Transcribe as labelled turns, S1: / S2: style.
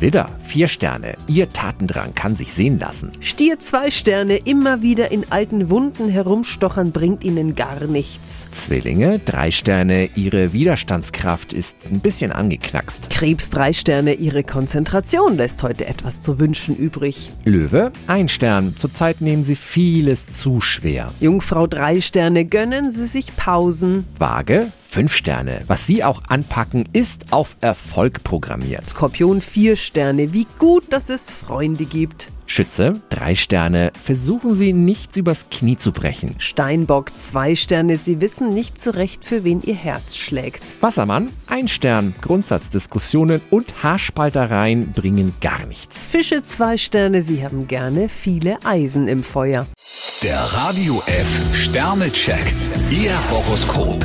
S1: Widder, vier Sterne. Ihr Tatendrang kann sich sehen lassen.
S2: Stier zwei Sterne, immer wieder in alten Wunden herumstochern bringt ihnen gar nichts.
S1: Zwillinge, drei Sterne. Ihre Widerstandskraft ist ein bisschen angeknackst.
S2: Krebs drei Sterne, ihre Konzentration lässt heute etwas zu wünschen übrig.
S1: Löwe, ein Stern. Zurzeit nehmen Sie vieles zu schwer.
S2: Jungfrau drei Sterne, gönnen Sie sich Pausen.
S1: Waage, fünf Sterne. Was Sie auch anpacken, ist auf Erfolg programmiert.
S2: Skorpion vier Sterne, wie gut, dass es Freunde gibt.
S1: Schütze, drei Sterne. Versuchen Sie nichts übers Knie zu brechen.
S2: Steinbock zwei Sterne, Sie wissen nicht so recht, für wen Ihr Herz schlägt.
S1: Wassermann, ein Stern. Grundsatzdiskussionen und Haarspaltereien bringen gar nichts.
S2: Fische zwei Sterne, Sie haben gerne viele Eisen im Feuer.
S3: Der Radio F Sternecheck. Ihr Horoskop.